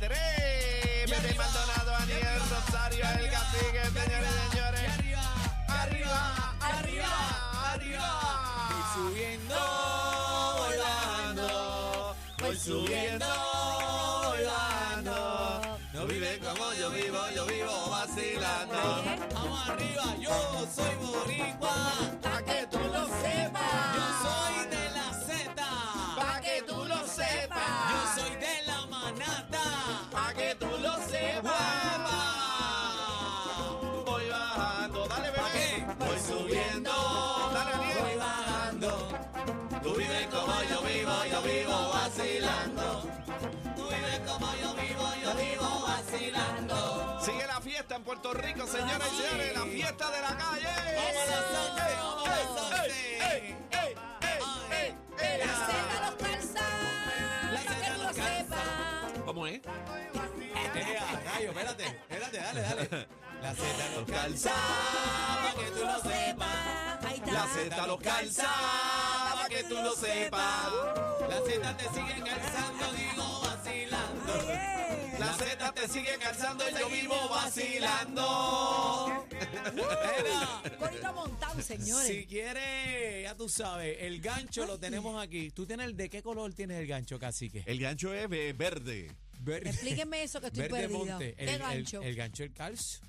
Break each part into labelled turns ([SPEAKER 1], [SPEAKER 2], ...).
[SPEAKER 1] 3. Mete Maldonado, Aniel Rosario, el cacique, señores y señores. Arriba, arriba, arriba.
[SPEAKER 2] Voy subiendo,
[SPEAKER 1] volando, voy subiendo, volando. No vive como yo vivo, yo vivo vacilando.
[SPEAKER 2] Vamos arriba, yo soy boricua.
[SPEAKER 1] Pa' que tú lo
[SPEAKER 2] Yo
[SPEAKER 1] sepas,
[SPEAKER 2] soy de la Z.
[SPEAKER 1] pa' que tú lo
[SPEAKER 2] Yo
[SPEAKER 1] sepas,
[SPEAKER 2] soy de la manata.
[SPEAKER 1] pa' que tú lo sepas.
[SPEAKER 2] Guapa.
[SPEAKER 1] Voy bajando, dale bebé.
[SPEAKER 2] Ok.
[SPEAKER 1] Voy subiendo, dale Aniel.
[SPEAKER 2] Voy bajando.
[SPEAKER 1] Tú vives como yo vivo, yo vivo vacilando.
[SPEAKER 2] Tú vives como yo vivo, yo vivo vacilando.
[SPEAKER 1] Sigue la fiesta en Puerto Rico, señoras y señores, la fiesta de la calle.
[SPEAKER 2] Vamos a los once, vamos a los once.
[SPEAKER 1] Ey, ey, ey, ey, ey, ey,
[SPEAKER 3] La
[SPEAKER 1] ey.
[SPEAKER 3] Z los calza,
[SPEAKER 2] La
[SPEAKER 3] pa'
[SPEAKER 2] Z
[SPEAKER 3] que tú
[SPEAKER 2] los
[SPEAKER 3] lo
[SPEAKER 2] calza.
[SPEAKER 3] sepas.
[SPEAKER 1] ¿Cómo es?
[SPEAKER 2] Ea, rayo, espérate, espérate, dale, dale. La Z nos
[SPEAKER 1] Calza,
[SPEAKER 2] calza, para que tú lo sepas.
[SPEAKER 3] Ahí está.
[SPEAKER 1] La Z los calza, para que tú lo sepas.
[SPEAKER 2] La Z te siguen calzando, digo vacilando.
[SPEAKER 3] Ay, eh.
[SPEAKER 1] La Z te sigue calzando y yo vivo vacilando.
[SPEAKER 2] Era.
[SPEAKER 3] Corito montado, señores.
[SPEAKER 2] Si quieres, ya tú sabes, el gancho lo tenemos aquí. ¿Tú tienes el de qué color tienes el gancho, cacique?
[SPEAKER 1] El gancho es ve- verde.
[SPEAKER 2] Verde.
[SPEAKER 3] Explíqueme eso que estoy
[SPEAKER 2] Verde
[SPEAKER 3] perdida.
[SPEAKER 2] monte.
[SPEAKER 3] ¿Qué
[SPEAKER 2] El, el-
[SPEAKER 3] gancho?
[SPEAKER 2] el gancho, el calcio.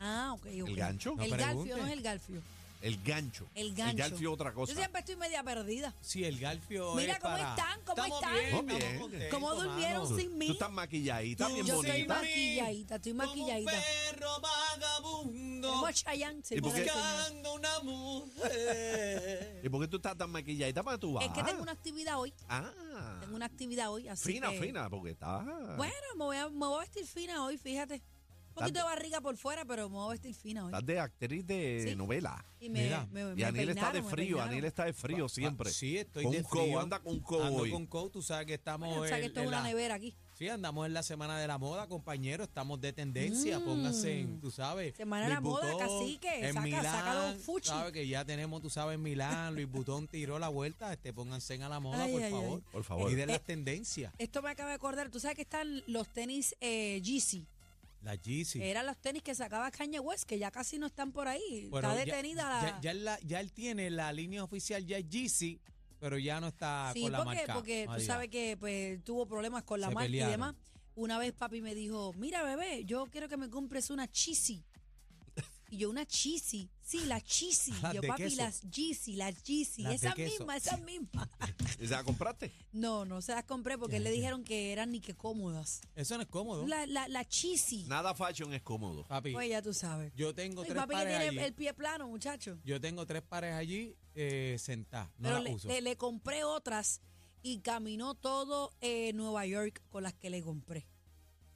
[SPEAKER 3] ah, ok, ok.
[SPEAKER 1] ¿El gancho?
[SPEAKER 2] No
[SPEAKER 3] el
[SPEAKER 2] pregunte.
[SPEAKER 3] galfio, no es el galfio.
[SPEAKER 1] El gancho.
[SPEAKER 3] El gancho.
[SPEAKER 1] El gancho es otra cosa.
[SPEAKER 3] Yo siempre estoy media perdida.
[SPEAKER 2] Sí, el galfio
[SPEAKER 3] Mira
[SPEAKER 2] es
[SPEAKER 3] cómo
[SPEAKER 2] para-
[SPEAKER 3] están, cómo
[SPEAKER 2] Estamos
[SPEAKER 3] están.
[SPEAKER 2] bien,
[SPEAKER 1] Muy
[SPEAKER 2] estamos
[SPEAKER 1] bien.
[SPEAKER 2] contentos,
[SPEAKER 3] Como durmieron
[SPEAKER 2] mano.
[SPEAKER 3] sin mí.
[SPEAKER 1] Tú estás maquilladita, bien
[SPEAKER 3] yo soy
[SPEAKER 1] bonita.
[SPEAKER 3] más- maquilladita, estoy maquilladita.
[SPEAKER 2] Como un perro vagabundo
[SPEAKER 3] Como Chayanne,
[SPEAKER 1] ¿Y por
[SPEAKER 3] señoras y
[SPEAKER 1] qué?
[SPEAKER 3] señores.
[SPEAKER 2] buscando una mujer.
[SPEAKER 1] ¿Y por qué tú estás tan maquilladita para tu vas?
[SPEAKER 3] Es que tengo una actividad hoy.
[SPEAKER 1] Ah,
[SPEAKER 3] Tengo una actividad hoy, así
[SPEAKER 1] fina,
[SPEAKER 3] que-
[SPEAKER 1] fina, porque estás...
[SPEAKER 3] Bueno, me voy, a, me voy a vestir fina hoy, fíjate. Un poquito
[SPEAKER 1] Estás-
[SPEAKER 3] de barriga por fuera, pero me voy a vestir fina hoy.
[SPEAKER 1] Estás de actriz de
[SPEAKER 3] Sí.
[SPEAKER 1] novela.
[SPEAKER 3] Y me,
[SPEAKER 2] Mira,
[SPEAKER 3] me-
[SPEAKER 1] Y
[SPEAKER 3] me
[SPEAKER 1] Aniel está de
[SPEAKER 3] peinaron, me
[SPEAKER 1] frío,
[SPEAKER 3] peinaron.
[SPEAKER 1] Aniel está de frío siempre.
[SPEAKER 2] Ah, Sí, estoy
[SPEAKER 1] con
[SPEAKER 2] de
[SPEAKER 1] un cobo,
[SPEAKER 2] frío.
[SPEAKER 1] anda con un cobo
[SPEAKER 2] Ando
[SPEAKER 1] hoy.
[SPEAKER 2] con cobo, tú sabes que estamos
[SPEAKER 3] Bueno, o sea,
[SPEAKER 2] en,
[SPEAKER 3] que esto es
[SPEAKER 2] en
[SPEAKER 3] una
[SPEAKER 2] la-
[SPEAKER 3] nevera aquí.
[SPEAKER 2] Sí, andamos en la semana de la moda, compañero, estamos de tendencia, póngase, en, tú sabes.
[SPEAKER 3] Mm. Semana de la
[SPEAKER 2] Louis
[SPEAKER 3] moda,
[SPEAKER 2] Vuitton,
[SPEAKER 3] cacique,
[SPEAKER 2] en
[SPEAKER 3] saca-
[SPEAKER 2] Milán,
[SPEAKER 3] saca los fuchi.
[SPEAKER 2] Sabes que ya tenemos, tú sabes, en Milán, Luis Butón tiró la vuelta, este pónganse en a la moda,
[SPEAKER 3] Ay,
[SPEAKER 2] por
[SPEAKER 3] ay,
[SPEAKER 2] favor.
[SPEAKER 1] ay. Por favor.
[SPEAKER 2] Y de
[SPEAKER 3] Eh,
[SPEAKER 2] las tendencias,
[SPEAKER 3] Esto me acaba de acordar. Tú sabes que están los tenis eh, Yeezy.
[SPEAKER 2] la Yeezy.
[SPEAKER 3] que Eran los tenis que sacaba Kanye West, que ya casi no están por ahí.
[SPEAKER 2] Bueno,
[SPEAKER 3] eh, Está
[SPEAKER 2] ya-
[SPEAKER 3] detenida la...
[SPEAKER 2] Ya, ya, la- ya él tiene la línea oficial, ya es Yeezy, pero ya no está
[SPEAKER 3] sí,
[SPEAKER 2] Ah, con la
[SPEAKER 3] porque,
[SPEAKER 2] marca.
[SPEAKER 3] porque tú
[SPEAKER 2] Adidas.
[SPEAKER 3] sabes que pues, tuvo problemas con la
[SPEAKER 2] Se
[SPEAKER 3] marca y
[SPEAKER 2] pelearon.
[SPEAKER 3] demás. Una vez papi me dijo, mira bebé, yo quiero que me compres una Chisi. Y yo, una Chisi. Sí, la Chisi.
[SPEAKER 2] Las
[SPEAKER 3] yo,
[SPEAKER 2] de
[SPEAKER 3] papi,
[SPEAKER 2] queso.
[SPEAKER 3] las Yeezy, las Yeezy.
[SPEAKER 2] Las de
[SPEAKER 3] Esas
[SPEAKER 2] queso.
[SPEAKER 3] mismas, esas mismas.
[SPEAKER 1] ¿Se la compraste?
[SPEAKER 3] No, no se las compré porque
[SPEAKER 2] Ya,
[SPEAKER 3] le
[SPEAKER 2] ya.
[SPEAKER 3] dijeron que eran ni que cómodas.
[SPEAKER 2] Eso no es cómodo,
[SPEAKER 3] La, la, la Chisi.
[SPEAKER 1] Nada fashion es cómodo.
[SPEAKER 2] papi.
[SPEAKER 3] Pues ya tú sabes.
[SPEAKER 2] Yo tengo
[SPEAKER 3] Mi
[SPEAKER 2] tres
[SPEAKER 3] papi que
[SPEAKER 2] pares
[SPEAKER 3] tiene
[SPEAKER 2] allí.
[SPEAKER 3] el pie plano, muchacho.
[SPEAKER 2] Yo tengo tres pares allí eh, sentadas, no
[SPEAKER 3] Pero
[SPEAKER 2] las
[SPEAKER 3] le,
[SPEAKER 2] uso.
[SPEAKER 3] le- le compré otras y caminó todo eh, Nueva York con las que le compré.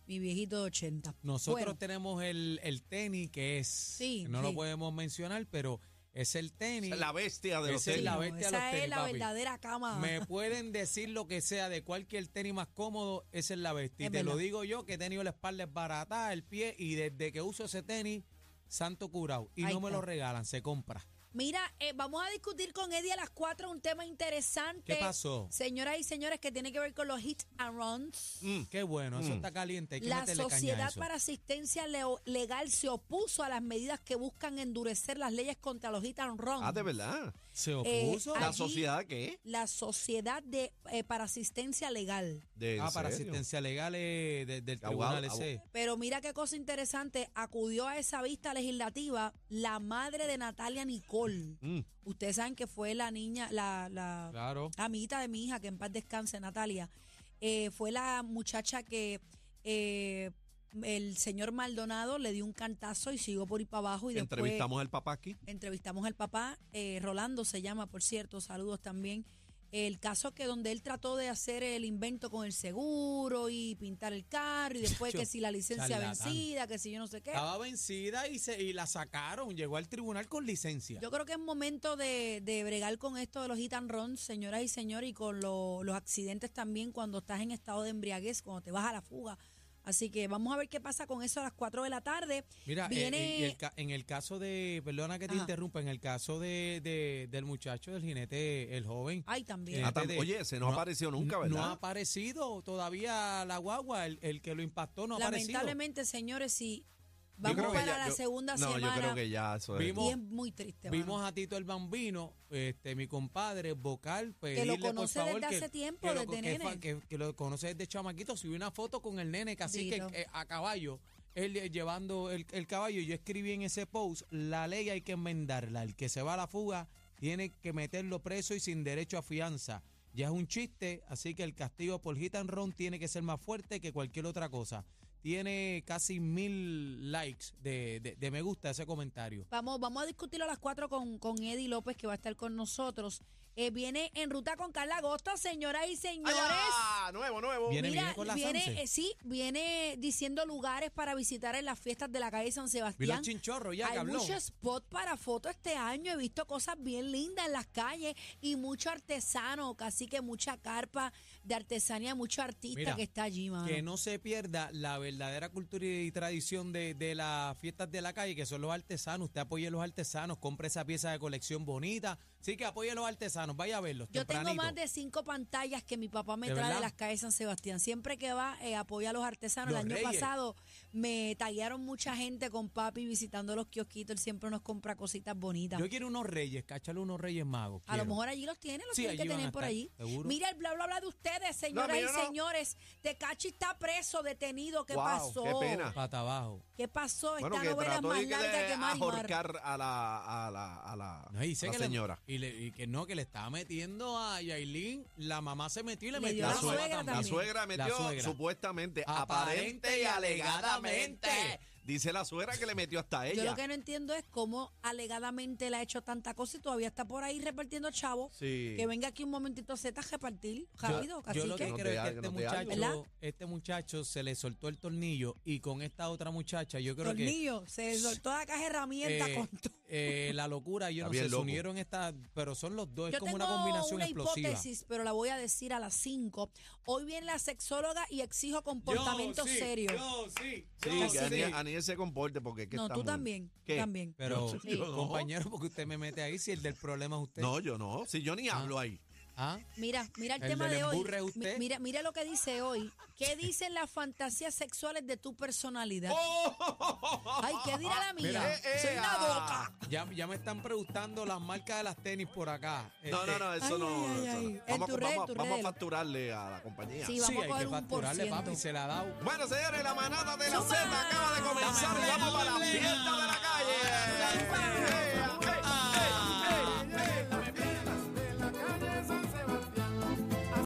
[SPEAKER 3] Mi viejito de 80.
[SPEAKER 2] Nosotros
[SPEAKER 3] Bueno,
[SPEAKER 2] tenemos el, el tenis que es,
[SPEAKER 3] Sí,
[SPEAKER 2] no lo
[SPEAKER 3] sí.
[SPEAKER 2] podemos mencionar, pero es el tenis.
[SPEAKER 1] La bestia de los
[SPEAKER 2] Ese es
[SPEAKER 1] tenis.
[SPEAKER 2] la
[SPEAKER 3] no,
[SPEAKER 2] bestia de
[SPEAKER 3] esa
[SPEAKER 2] los
[SPEAKER 3] es
[SPEAKER 2] tenis,
[SPEAKER 3] la
[SPEAKER 2] papi.
[SPEAKER 3] verdadera cama.
[SPEAKER 2] Me pueden decir lo que sea de cualquier tenis más cómodo, esa es la bestia.
[SPEAKER 3] Es
[SPEAKER 2] y te lo
[SPEAKER 3] verdad.
[SPEAKER 2] digo yo que he tenido la espalda barata, el pie, y desde que uso ese tenis, santo curado. Y
[SPEAKER 3] Ahí
[SPEAKER 2] no me lo
[SPEAKER 3] está.
[SPEAKER 2] regalan, se compra.
[SPEAKER 3] Mira, eh, vamos a discutir con Eddie a las 4 un tema interesante.
[SPEAKER 2] ¿Qué pasó?
[SPEAKER 3] Señoras y señores, que tiene que ver con los hits and
[SPEAKER 1] Mm.
[SPEAKER 3] runs.
[SPEAKER 2] Qué bueno, eso está caliente. hay que
[SPEAKER 3] La
[SPEAKER 2] meterle caña a
[SPEAKER 3] Sociedad
[SPEAKER 2] eso.
[SPEAKER 3] para Asistencia Leo- Legal se opuso a las medidas que buscan endurecer las leyes contra los hit and run.
[SPEAKER 1] Ah, de verdad.
[SPEAKER 3] eh,
[SPEAKER 2] Se opuso.
[SPEAKER 3] Allí-
[SPEAKER 1] ¿La sociedad qué?
[SPEAKER 3] la Sociedad de, eh, para Asistencia Legal.
[SPEAKER 1] De, ¿en
[SPEAKER 2] ah, para
[SPEAKER 1] serio?
[SPEAKER 2] asistencia legal eh, de- del
[SPEAKER 1] Abogado,
[SPEAKER 2] tribunal ese.
[SPEAKER 3] Pero mira qué cosa interesante, acudió a esa vista legislativa la madre de Natalia Nicole.
[SPEAKER 1] Mm.
[SPEAKER 3] Ustedes saben que fue la niña, la, la
[SPEAKER 2] Claro.
[SPEAKER 3] amiguita de mi hija, que en paz descanse, Natalia. Eh, fue la muchacha que eh, el señor Maldonado le dio un cantazo y siguió por ir para
[SPEAKER 2] pues,
[SPEAKER 3] abajo y después
[SPEAKER 1] Entrevistamos al papá aquí.
[SPEAKER 3] entrevistamos al papá, eh, Rolando se llama, por cierto, saludos también. El caso que donde él trató de hacer el invento con el seguro y pintar el carro y después que
[SPEAKER 2] Chacho,
[SPEAKER 3] si la licencia
[SPEAKER 2] charlatán.
[SPEAKER 3] vencida, que si yo no sé
[SPEAKER 1] Ah,
[SPEAKER 3] qué.
[SPEAKER 2] Estaba vencida y, se, y la sacaron. Llegó al tribunal con licencia.
[SPEAKER 3] Yo creo que es momento de, de bregar con esto de los hit and runs, señoras y señores, y con lo- los accidentes también cuando estás en estado de embriaguez, cuando te vas a la fuga. Así que vamos a ver qué pasa con eso a las 4 de la tarde.
[SPEAKER 2] Mira, eh,
[SPEAKER 3] Viene-
[SPEAKER 2] y- y el ca- en el caso de, perdona que te
[SPEAKER 3] Ajá.
[SPEAKER 2] interrumpa, en el caso de, de- del muchacho, del jinete, el joven,
[SPEAKER 3] Ay, también.
[SPEAKER 2] Eh,
[SPEAKER 1] Ah, tam-
[SPEAKER 2] de-
[SPEAKER 1] Oye, ese no,
[SPEAKER 2] no-
[SPEAKER 1] apareció Ah, nunca, ¿verdad?
[SPEAKER 2] no ha aparecido todavía la guagua, el, el que lo impactó no ha aparecido.
[SPEAKER 3] Lamentablemente, señores, si
[SPEAKER 1] Yo
[SPEAKER 3] vamos
[SPEAKER 1] creo que
[SPEAKER 3] para
[SPEAKER 1] ya-
[SPEAKER 3] la
[SPEAKER 1] yo-
[SPEAKER 3] segunda
[SPEAKER 1] no,
[SPEAKER 3] semana
[SPEAKER 1] yo creo que ya eso es.
[SPEAKER 2] Vimos-
[SPEAKER 3] y es muy triste. mano.
[SPEAKER 2] Vimos a Tito el Bambino, este, mi compadre, vocal,
[SPEAKER 3] que
[SPEAKER 2] pedirle
[SPEAKER 3] lo conoce
[SPEAKER 2] por favor
[SPEAKER 3] desde
[SPEAKER 2] que,
[SPEAKER 3] hace tiempo,
[SPEAKER 2] que lo,
[SPEAKER 3] desde
[SPEAKER 2] que
[SPEAKER 3] nene.
[SPEAKER 2] fa- que- que lo conoce desde chamaquito. Subí una foto con el nene, casi que
[SPEAKER 3] Dito.
[SPEAKER 2] eh, a caballo, él eh, llevando el, el caballo. Yo escribí en ese post, la ley hay que enmendarla. El que se va a la fuga tiene que meterlo preso y sin derecho a fianza. Ya es un chiste, así que el castigo por hit and run tiene que ser más fuerte que cualquier otra cosa. Tiene casi mil likes de, de- de me gusta ese comentario.
[SPEAKER 3] Vamos, vamos a discutirlo a las 4 con, con Eddie López, que va a estar con nosotros. Eh, viene en ruta con Carla Agosto, señoras y señores.
[SPEAKER 1] ¡Ah! Nuevo, nuevo.
[SPEAKER 2] Viene, viene con la Sanse.
[SPEAKER 3] eh, sí, viene diciendo lugares para visitar en las fiestas de la calle San
[SPEAKER 2] Vi los
[SPEAKER 3] Sebastián.
[SPEAKER 2] chinchorros ya,
[SPEAKER 3] Hay
[SPEAKER 2] cabrón.
[SPEAKER 3] mucho spot para fotos este año. He visto cosas bien lindas en las calles y mucho artesano, casi que mucha carpa de artesanía, mucho artista
[SPEAKER 2] Mira,
[SPEAKER 3] que está allí, mano.
[SPEAKER 2] Que no se pierda la verdadera cultura y tradición de, de las fiestas de la calle, que son los artesanos. Usted apoye a los artesanos, compre esa pieza de colección bonita. Sí que apoye a los artesanos, vaya a verlos.
[SPEAKER 3] Yo tengo
[SPEAKER 2] tempranito.
[SPEAKER 3] más de cinco pantallas que mi papá me
[SPEAKER 2] ¿De
[SPEAKER 3] trae de
[SPEAKER 2] verdad?
[SPEAKER 3] las calles San Sebastián. Siempre que va, eh, apoya a los artesanos.
[SPEAKER 2] Los
[SPEAKER 3] El año
[SPEAKER 2] reyes.
[SPEAKER 3] pasado me tallaron mucha gente con papi visitando los kiosquitos. Él siempre nos compra cositas bonitas.
[SPEAKER 2] Yo quiero unos reyes, cáchale unos reyes magos.
[SPEAKER 3] a lo
[SPEAKER 2] quiero.
[SPEAKER 3] mejor allí los tiene, los
[SPEAKER 2] Sí,
[SPEAKER 3] tienen que
[SPEAKER 2] allí van a
[SPEAKER 3] tener por
[SPEAKER 2] estar,
[SPEAKER 3] allí.
[SPEAKER 2] seguro.
[SPEAKER 3] Mira el bla, bla, bla de ustedes, señoras
[SPEAKER 1] mío
[SPEAKER 3] y
[SPEAKER 1] no.
[SPEAKER 3] señores. Tecachi está preso, detenido. ¿Qué
[SPEAKER 1] Guau,
[SPEAKER 3] pasó?
[SPEAKER 1] qué pena.
[SPEAKER 2] Pata abajo.
[SPEAKER 3] ¿Qué pasó? Pues Esta
[SPEAKER 1] bueno, que
[SPEAKER 3] novela es
[SPEAKER 1] trató
[SPEAKER 3] más
[SPEAKER 1] de, que
[SPEAKER 3] larga
[SPEAKER 1] de
[SPEAKER 3] que Mar y Mar.
[SPEAKER 1] ahorcar a la, a la, a la,
[SPEAKER 2] No, y sé
[SPEAKER 1] a la
[SPEAKER 2] que le-
[SPEAKER 1] señora.
[SPEAKER 2] y, le- y que no, que le estaba metiendo a Yailin. La mamá se metió y le,
[SPEAKER 3] Le dio
[SPEAKER 2] metió
[SPEAKER 3] la
[SPEAKER 2] a la mamá
[SPEAKER 3] suegra
[SPEAKER 2] también.
[SPEAKER 1] La
[SPEAKER 3] también.
[SPEAKER 1] suegra metió
[SPEAKER 2] suegra.
[SPEAKER 1] supuestamente,
[SPEAKER 2] Aparente
[SPEAKER 1] aparente y
[SPEAKER 2] y
[SPEAKER 1] alegadamente.
[SPEAKER 2] alegadamente.
[SPEAKER 1] Dice la suegra que le metió hasta
[SPEAKER 3] Yo
[SPEAKER 1] ella.
[SPEAKER 3] lo que no entiendo es cómo alegadamente le ha hecho tanta cosa y todavía está por ahí repartiendo chavos.
[SPEAKER 1] Sí.
[SPEAKER 3] Que venga aquí un momentito Z a repartir rápido,
[SPEAKER 2] Yo lo que
[SPEAKER 3] cacique.
[SPEAKER 1] no
[SPEAKER 2] creo
[SPEAKER 1] te
[SPEAKER 2] es que
[SPEAKER 1] hagas,
[SPEAKER 2] este,
[SPEAKER 1] no te hagas.
[SPEAKER 3] ¿Verdad?
[SPEAKER 2] muchacho, este muchacho se le soltó el tornillo y con esta otra muchacha yo creo que
[SPEAKER 3] Tornillo, se soltó la caja de herramientas
[SPEAKER 2] Eh,
[SPEAKER 3] con todo.
[SPEAKER 2] eh, la locura, yo
[SPEAKER 1] Está
[SPEAKER 2] no
[SPEAKER 1] bien
[SPEAKER 2] sé, se
[SPEAKER 1] loco.
[SPEAKER 2] unieron estas, pero son los dos,
[SPEAKER 3] Yo
[SPEAKER 2] es como
[SPEAKER 3] tengo
[SPEAKER 2] una combinación
[SPEAKER 3] una
[SPEAKER 2] explosiva.
[SPEAKER 3] hipótesis, pero la voy a decir a las 5. Hoy viene la sexóloga y exijo comportamiento serio.
[SPEAKER 2] sí,
[SPEAKER 1] Sí, que
[SPEAKER 3] sí.
[SPEAKER 1] Aniel, Aniel se comporte porque es que
[SPEAKER 3] no,
[SPEAKER 1] está
[SPEAKER 3] tú
[SPEAKER 1] muy-
[SPEAKER 3] también, tú
[SPEAKER 1] ¿Qué?
[SPEAKER 3] también.
[SPEAKER 2] Pero,
[SPEAKER 1] Yo- yo no.
[SPEAKER 2] compañero, porque usted me mete ahí si el del problema es usted.
[SPEAKER 1] No, yo no. Si yo ni hablo ahí.
[SPEAKER 2] ¿Ah?
[SPEAKER 3] Mira, mira el,
[SPEAKER 2] El
[SPEAKER 3] tema
[SPEAKER 2] del
[SPEAKER 3] de hoy.
[SPEAKER 2] emburre es
[SPEAKER 3] Mi-
[SPEAKER 2] usted.
[SPEAKER 3] Mira, mira lo que dice hoy. ¿Qué dicen las fantasías sexuales de tu personalidad? Ay, ¿qué dirá la mía?
[SPEAKER 2] ¡Oh! Mira.
[SPEAKER 1] Eh, eh,
[SPEAKER 3] Soy una
[SPEAKER 1] ah.
[SPEAKER 3] boca.
[SPEAKER 2] Ya, ya me están preguntando las marcas de las tenis por acá. Este,
[SPEAKER 1] No, no, no, eso
[SPEAKER 3] Eh, Ay,
[SPEAKER 1] no.
[SPEAKER 3] ay,
[SPEAKER 1] eso no.
[SPEAKER 3] ay. En
[SPEAKER 1] Vamos,
[SPEAKER 3] tu red,
[SPEAKER 1] vamos-
[SPEAKER 3] tu
[SPEAKER 1] vamos
[SPEAKER 3] red.
[SPEAKER 1] a facturarle a la compañía.
[SPEAKER 3] Sí,
[SPEAKER 2] Sí,
[SPEAKER 3] vamos a
[SPEAKER 2] hay
[SPEAKER 3] coger
[SPEAKER 2] que
[SPEAKER 3] un
[SPEAKER 2] facturarle, papi,
[SPEAKER 3] porciento.
[SPEAKER 2] se la ha dado.
[SPEAKER 1] Bueno, señores, la manada de la
[SPEAKER 3] Zumba.
[SPEAKER 1] Z acaba de comenzar. y Vamos para la fiesta de la calle.